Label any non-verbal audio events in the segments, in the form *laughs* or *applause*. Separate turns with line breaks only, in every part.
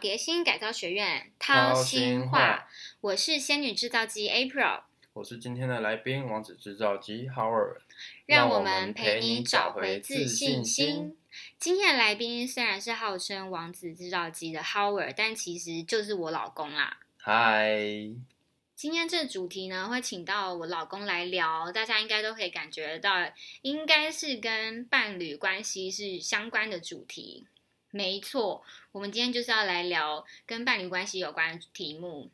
谐星改造学院掏心话，，我是仙女制造机 April，
我是今天的来宾王子制造机 Howard。
让
让
我
我
们
们
陪
陪
你
你
找
找
回
回
自
自
信
信
心
心。
今天的来宾虽然是号称王子制造机的 Howard，但其实就是我老公啊啦。
嗨，
今天这主题呢，会请到我老公来聊，大家应该都可以感觉到，应该是跟伴侣关系是相关的主题。没错，我们今天就是要来聊跟伴侣关系有关的题目。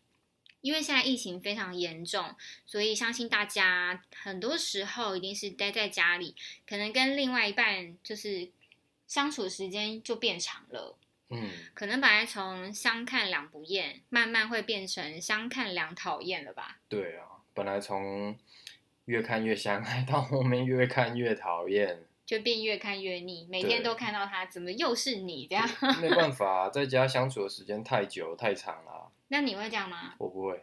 因为现在疫情非常严重，所以相信大家很多时候一定是待在家里，可能跟另外一半就是相处时间就变长了。
嗯，
可能本来从相看两不厌，慢慢会变成相看两讨厌了吧？
对啊，本来从越看越相爱，到后面越看越讨厌，
就变越看越腻，每天都看到他，怎么又是你这样？
没办法、啊在家相处的时间太久太长了、啊
那你会这样吗？ *laughs*
我不会，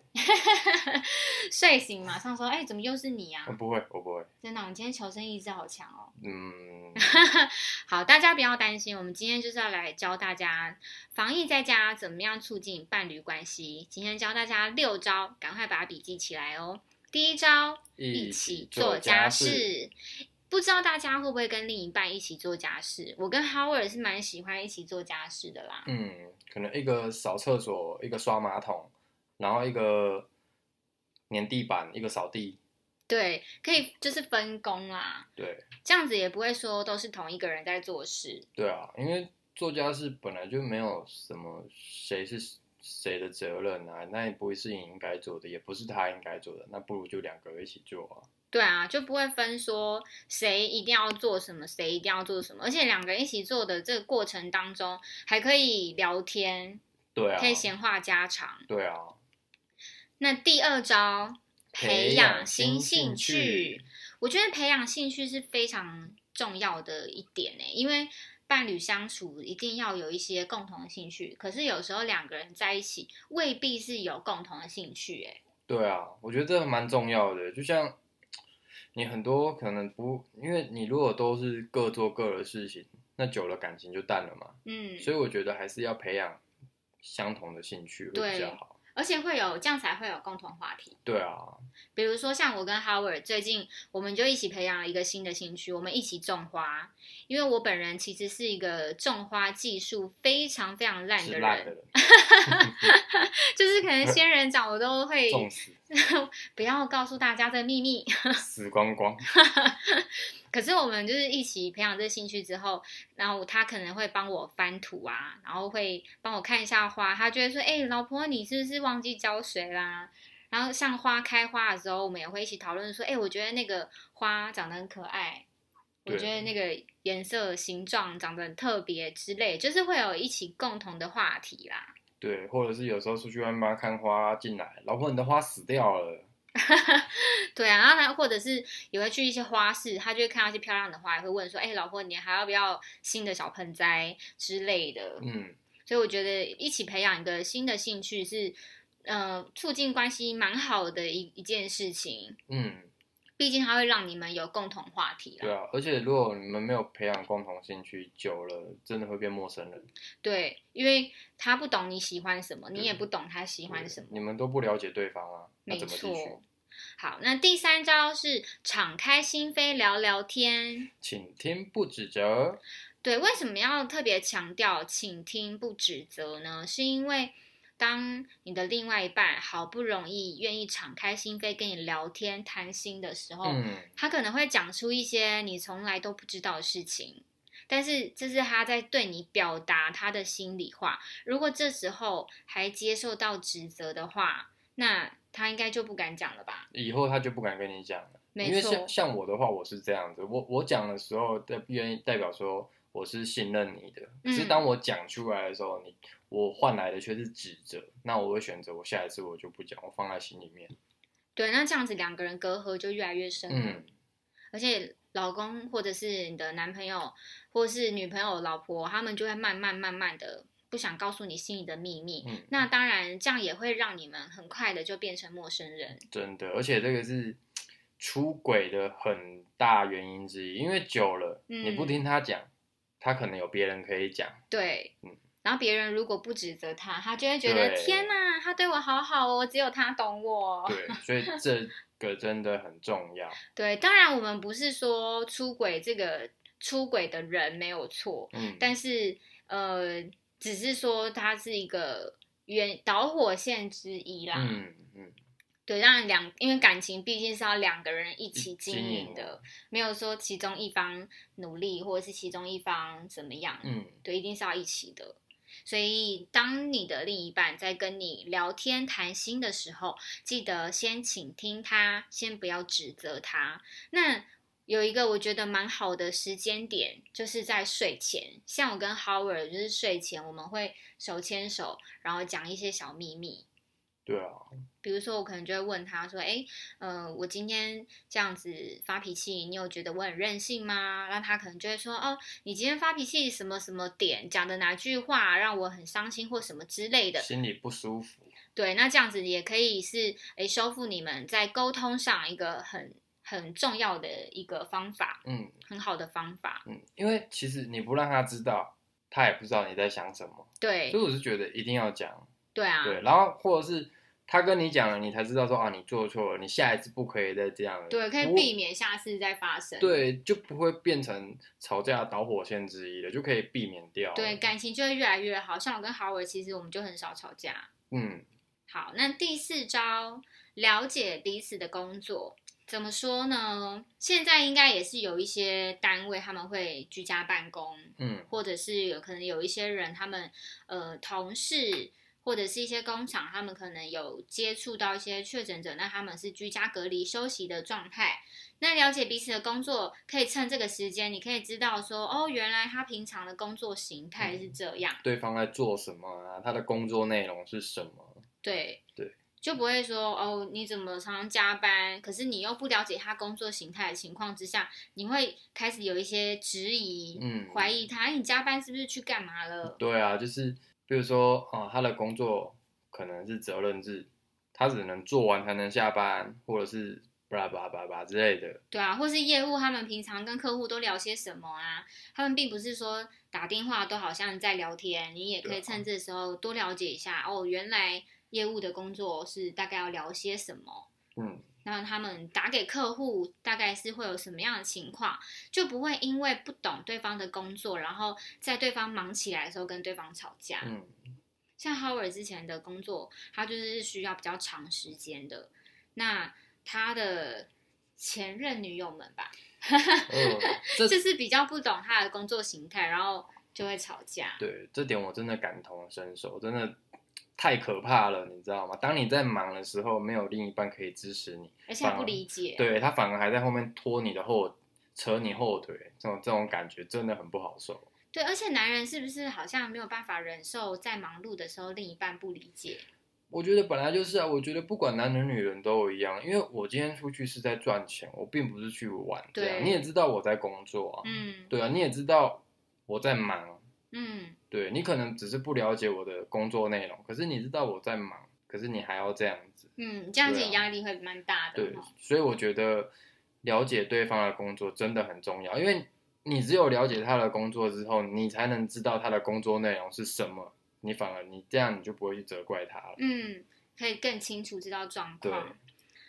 睡醒马上说，哎、怎么又是你啊
我？呃不会，我不会。
真的哦，你今天求生意志好强哦。 *laughs*
嗯，
好，大家不要担心，我们今天就是要来教大家防疫在家怎么样促进伴侣关系。今天教大家六招，赶快把它笔记起来哦。第一招，一起做家事。不知道大家会不会跟另一半一起做家事？我跟 Howard 是蛮喜欢一起做家事的啦。
嗯，可能一个扫厕所，一个刷马桶，然后一个粘地板，一个扫地，
对，可以就是分工啦，
对
这样子也不会说都是同一个人在做事。
对啊，因为做家事本来就没有什么谁是谁的责任啊，那也不是你应该做的，也不是他应该做的，那不如就两个人一起做啊。
对啊，就不会分说谁一定要做什么，谁一定要做什么，而且两个人一起做的这个过程当中，还可以聊天，
对啊
可，以闲话家常。
对啊，
那第二招，培养新兴
兴
趣。，我觉得培养兴趣是非常重要的一点呢，欸因为伴侣相处一定要有一些共同的兴趣，可是有时候两个人在一起未必是有共同的兴趣，哎，
对啊，我觉得这蛮重要的。就像你很多可能不，因为你如果都是各做各的事情，那久了感情就淡了嘛。
嗯，
所以我觉得还是要培养相同的兴趣会比较好。
而且会有这样才会有共同话题。
对啊，
比如说像我跟 Howard 最近，我们就一起培养了一个新的兴趣，我们一起种花。因为我本人其实是一个种花技术非常非常烂的
是烂
人，
的人，
就是可能仙人掌我都会，
重死
*laughs* 不要告诉大家这个秘密。
死光光。
可是我们就是一起培养这兴趣之后，然后他可能会帮我翻土啊，然后会帮我看一下花，他就会说：“哎、老婆，你是不是忘记浇水啦？”然后像花开花的时候，我们也会一起讨论说：“哎、我觉得那个花长得很可爱，我
对
觉得那个颜色、形状长得很特别之类，就是会有一起共同的话题啦。”
对，或者是有时候出去外面看花进来，老婆你的花死掉了，
*laughs* 对啊，然后他或者是也会去一些花市，他就会看到一些漂亮的花，也会问说：“哎、老婆，你还要不要新的小盆栽之类的？”
嗯，
所以我觉得一起培养一个新的兴趣是，呃，促进关系蛮好的一一件事情。
嗯，
毕竟它会让你们有共同话题
对
啦。
啊。而且如果你们没有培养共同兴趣，久了真的会变陌生人。
对，因为他不懂你喜欢什么，
对
你也不懂他喜欢什么。
你们都不了解对方啊，嗯那
没
怎么继续
错？。好，那第三招是敞开心扉聊聊天。
请听不指责。
对，为什么要特别强调倾听不指责呢？是因为当你的另外一半好不容易愿意敞开心扉跟你聊天谈心的时候，
嗯，
他可能会讲出一些你从来都不知道的事情，但是这是他在对你表达他的心里话。如果这时候还接受到指责的话，那他应该就不敢讲了吧？
以后他就不敢跟你讲了。因
没
为
错哦
像，像我的话，我是这样子，我我讲的时候，代愿意代表说我是信任你的。可是
嗯
当我讲出来的时候，你我换来的却是指责，那我会选择我下一次我就不讲，我放在心里面。
对，那这样子两个人隔阂就越来越深了，
嗯，
而且老公或者是你的男朋友或是女朋友、老婆，他们就会慢慢慢慢的。不想告诉你心里的秘密，
嗯
那当然，这样也会让你们很快的就变成陌生人。
真的，而且这个是出轨的很大原因之一，因为久了、
嗯
你不听他讲，他可能有别人可以讲。
对
嗯，
然后别人如果不指责他，他就会觉得
对
天哪，他对我好好哦，只有他懂我。
对，所以这个真的很重要。
对，当然我们不是说出轨这个出轨的人没有错，
嗯，
但是呃，只是说它是一个原导火线之一啦。
嗯嗯，
对，当然两，因为感情毕竟是要两个人一起经
经
营
营
的，没有说其中一方努力或者是其中一方怎么样，
嗯，
对，一定是要一起的。所以，当你的另一半在跟你聊天谈心的时候，记得先倾听他，先不要指责他。那有一个我觉得蛮好的时间点，就是在睡前。像我跟 Howard 就是睡前，我们会手牵手，然后讲一些小秘密。
对啊，
比如说，我可能就会问他说：“哎，呃，我今天这样子发脾气，你有觉得我很任性吗？”那他可能就会说：“哦，你今天发脾气什么什么点讲的哪句话让我很伤心或什么之类的。
心里不舒服。”
对，那这样子也可以是哎修复你们在沟通上一个很很重要的一个方法，
嗯
很好的方法。
嗯，因为其实你不让他知道，他也不知道你在想什么，所
对
以我是觉得一定要讲。
对啊，
对，然后或者是他跟你讲了，你才知道说啊，你做错了，你下一次不可以再这样了。
对，可以
不
避免下次再发生。
对，就不会变成吵架的导火线之一了，就可以避免掉。
对，，感情就会越来越好。像我跟 Howard，其实我们就很少吵架。
嗯，
好，那第四招，了解彼此的工作。怎么说呢？现在应该也是有一些单位他们会居家办公，
嗯
或者是有可能有一些人他们呃同事或者是一些工厂，他们可能有接触到一些确诊者，那他们是居家隔离休息的状态。那了解彼此的工作，可以趁这个时间，你可以知道说，哦，原来他平常的工作形态是这样。
对方在做什么啊？他的工作内容是什么？
对
对，
就不会说哦，你怎么常常加班？可是你又不了解他工作形态的情况之下，你会开始有一些质疑，
嗯
怀疑他，哎你加班是不是去干嘛了？
对啊，就是比如说啊、他的工作可能是责任制，他只能做完才能下班，或者是巴拉巴拉巴拉巴拉之类的。
对啊，或是业务他们平常跟客户都聊些什么啊？他们并不是说打电话都好像在聊天，你也可
对
以
啊
趁这时候多了解一下哦，原来业务的工作是大概要聊些什么。
嗯，
那他们打给客户大概是会有什么样的情况，就不会因为不懂对方的工作，然后在对方忙起来的时候跟对方吵架。
嗯，
像 Howard 之前的工作，他就是需要比较长时间的。那他的前任女友们吧， *laughs*
哦，这
就是比较不懂他的工作形态，然后就会吵架。
对这点我真的感同身受，真的太可怕了，你知道吗？当你在忙的时候，没有另一半可以支持你，
而且他
反
不
而
理解，
对啊他反而还在后面拖你的后，扯你后腿，这种这种感觉真的很不好受。
对，而且男人是不是好像没有办法忍受在忙碌的时候另一半不理解？
我觉得本来就是啊，我觉得不管男人女人都一样，因为我今天出去是在赚钱，我并不是去玩。
对
这样你也知道我在工作啊，
嗯
对啊，你也知道我在忙，
嗯，
对你可能只是不了解我的工作内容，可是你知道我在忙，可是你还要这样子，
嗯，这样子
对啊
压力会蛮大的
对
哈。，
所以我觉得了解对方的工作真的很重要，因为你只有了解他的工作之后，你才能知道他的工作内容是什么，你反而你这样你就不会去责怪他了。
嗯，可以更清楚知道状况
对。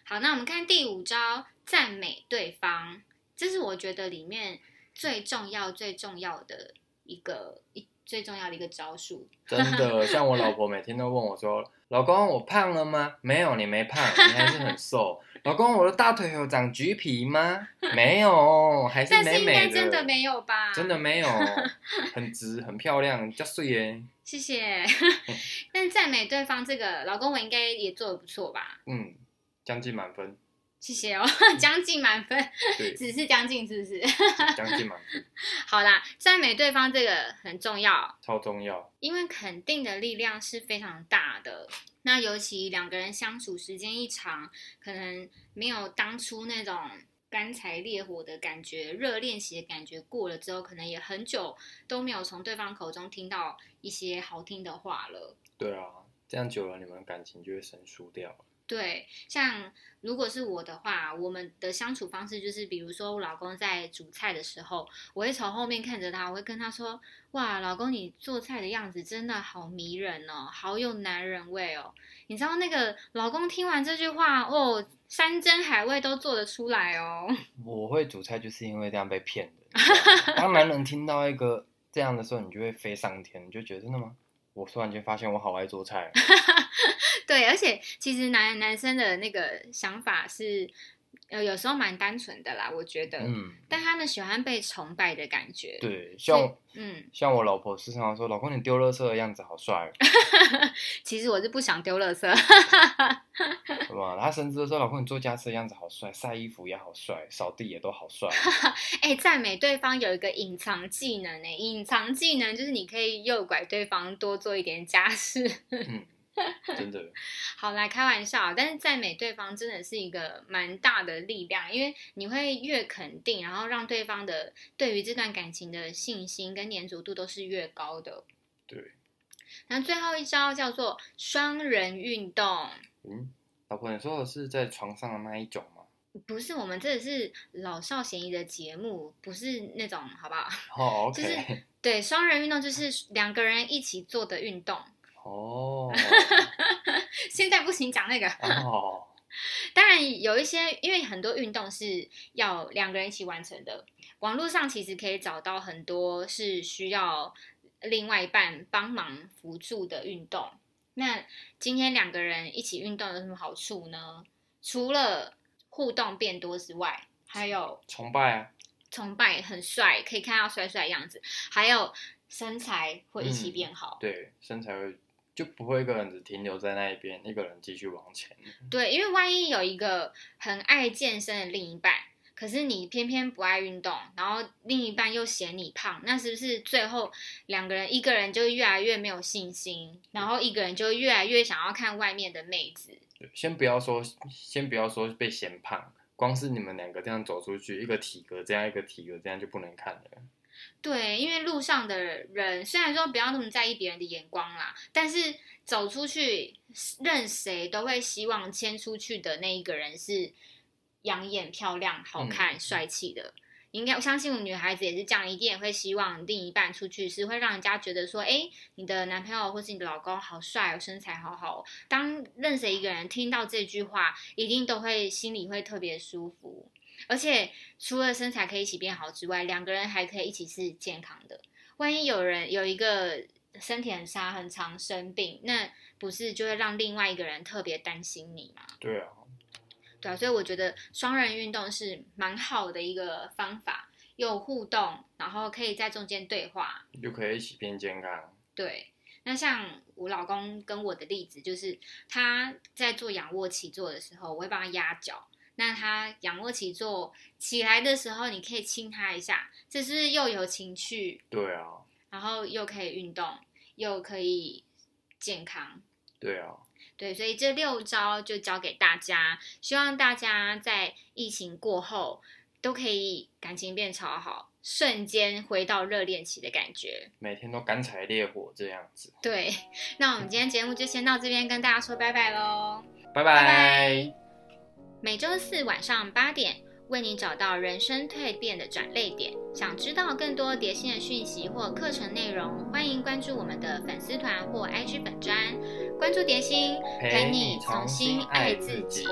好，那我们看第五招，赞美对方，这是我觉得里面最重要、最重要的一个一最重要的一个招数。
*laughs* 真的，像我老婆每天都问我说：“老公，我胖了吗？” *laughs* 没有，你没胖，你还是很瘦。 *laughs* 老公，我的大腿有长橘
*laughs*
皮吗？没有，还是
但是
美
应
美
该真的没有吧？
真
*laughs*
的没有，很直，很漂亮，加碎耶。
谢谢。 *laughs* 但赞美对方这个，老公我应该也做的不错吧？
嗯，将近满分，
谢谢哦， *laughs* 将近满分， *laughs*
对，
只是将近，是不 *laughs* 是？
将近满分，
好啦，赞美对方这个很重要。
超重要。
因为肯定的力量是非常大的。那尤其两个人相处时间一长，可能没有当初那种干柴烈火的感觉、热恋期的感觉过了之后，可能也很久都没有从对方口中听到一些好听的话了。
对啊，这样久了，你们感情就会生疏掉了。
对，像如果是我的话，我们的相处方式就是，比如说我老公在煮菜的时候，我会从后面看着他，我会跟他说：“哇，老公，你做菜的样子真的好迷人哦，好有男人味哦。”你知道那个老公听完这句话，哦，山珍海味都做得出来哦。 *laughs*
我会煮菜就是因为这样被骗的。你知道吗当男人听到一个这样的时候，你就会飞上天，你就觉得真的吗？我突然间发现我好爱
*laughs*
做菜哦，
对，而且其实男男生的那个想法是，呃，有时候蛮单纯的啦，我觉得，
嗯，
但他们喜欢被崇拜的感觉。
对，
所以，
像
嗯。
像我老婆时常说，老公你丢垃圾的样子好帅哦，
*laughs* 其实我是不想丢垃圾，
对吧？她甚至说，老公你做家事的样子好帅，晒衣服也好帅，扫地也都
*laughs*
好帅，
哎、赞美对方有一个隐藏技能呢、隐藏技能就是你可以诱拐对方多做一点家事。 *laughs*
嗯，真的，
好啦，开玩笑，啊但是赞美对方真的是一个蛮大的力量，因为你会越肯定，然后让对方的对于这段感情的信心跟粘着度都是越高的。
对。
那最后一招叫做双人运动，
嗯，老婆你说的是在床上的那一种吗？
不是我们这是老少咸宜的节目，不是那种好不好？
哦
就是
，OK，
对，双人运动就是两个人一起做的运动。 *laughs*
哦，
现在不行讲那个，
哦，
当然有一些，因为很多运动是要两个人一起完成的。网络上其实可以找到很多是需要另外一半帮忙辅助的运动。那今天两个人一起运动有什么好处呢？除了互动变多之外，还有
崇拜啊，
崇拜很帅，可以看到帅帅的样子，还有身材会一起
嗯
变好。
对，身材会就不会一个人只停留在那一边，一个人继续往前。
对，因为万一有一个很爱健身的另一半，可是你偏偏不爱运动，然后另一半又嫌你胖，那是不是最后两个人一个人就越来越没有信心，然后一个人就越来越想要看外面的妹子？
对先不要说，先不要说被嫌胖，光是你们两个这样走出去，一个体格这样，一个体格这样就不能看了。
对，因为路上的人虽然说不要那么在意别人的眼光啦，但是走出去任谁都会希望牵出去的那一个人是养眼、漂亮、好看、帅气的。应该我相信，女孩子也是这样，一定也会希望另一半出去是会让人家觉得说，哎，你的男朋友或是你的老公好帅哦，身材好好哦。当任谁一个人听到这句话，一定都会心里会特别舒服。而且除了身材可以一起变好之外，两个人还可以一起是健康的。万一有人有一个身体很差、很常生病，那不是就会让另外一个人特别担心你吗？
对啊，
对啊，所以我觉得双人运动是蛮好的一个方法，有互动，然后可以在中间对话，
就可以一起变健康。
对，那像我老公跟我的例子，就是他在做仰卧起坐的时候，我会帮他压脚。那他仰卧起坐起来的时候，你可以亲他一下，这是不是又有情趣，
对啊，
然后又可以运动，又可以健康。
对啊，
对，所以这六招就教给大家，希望大家在疫情过后都可以感情变超好，瞬间回到热恋期的感觉。
每天都干柴烈火这样子。
对，那我们今天节目就先到这边，跟大家说拜拜喽。
拜
拜
拜。
每周四晚上八点，为你找到人生蜕变的转泪点。想知道更多蝶心的讯息或课程内容，欢迎关注我们的粉丝团或 IG 粉专，关注蝶心，陪你重新爱自己。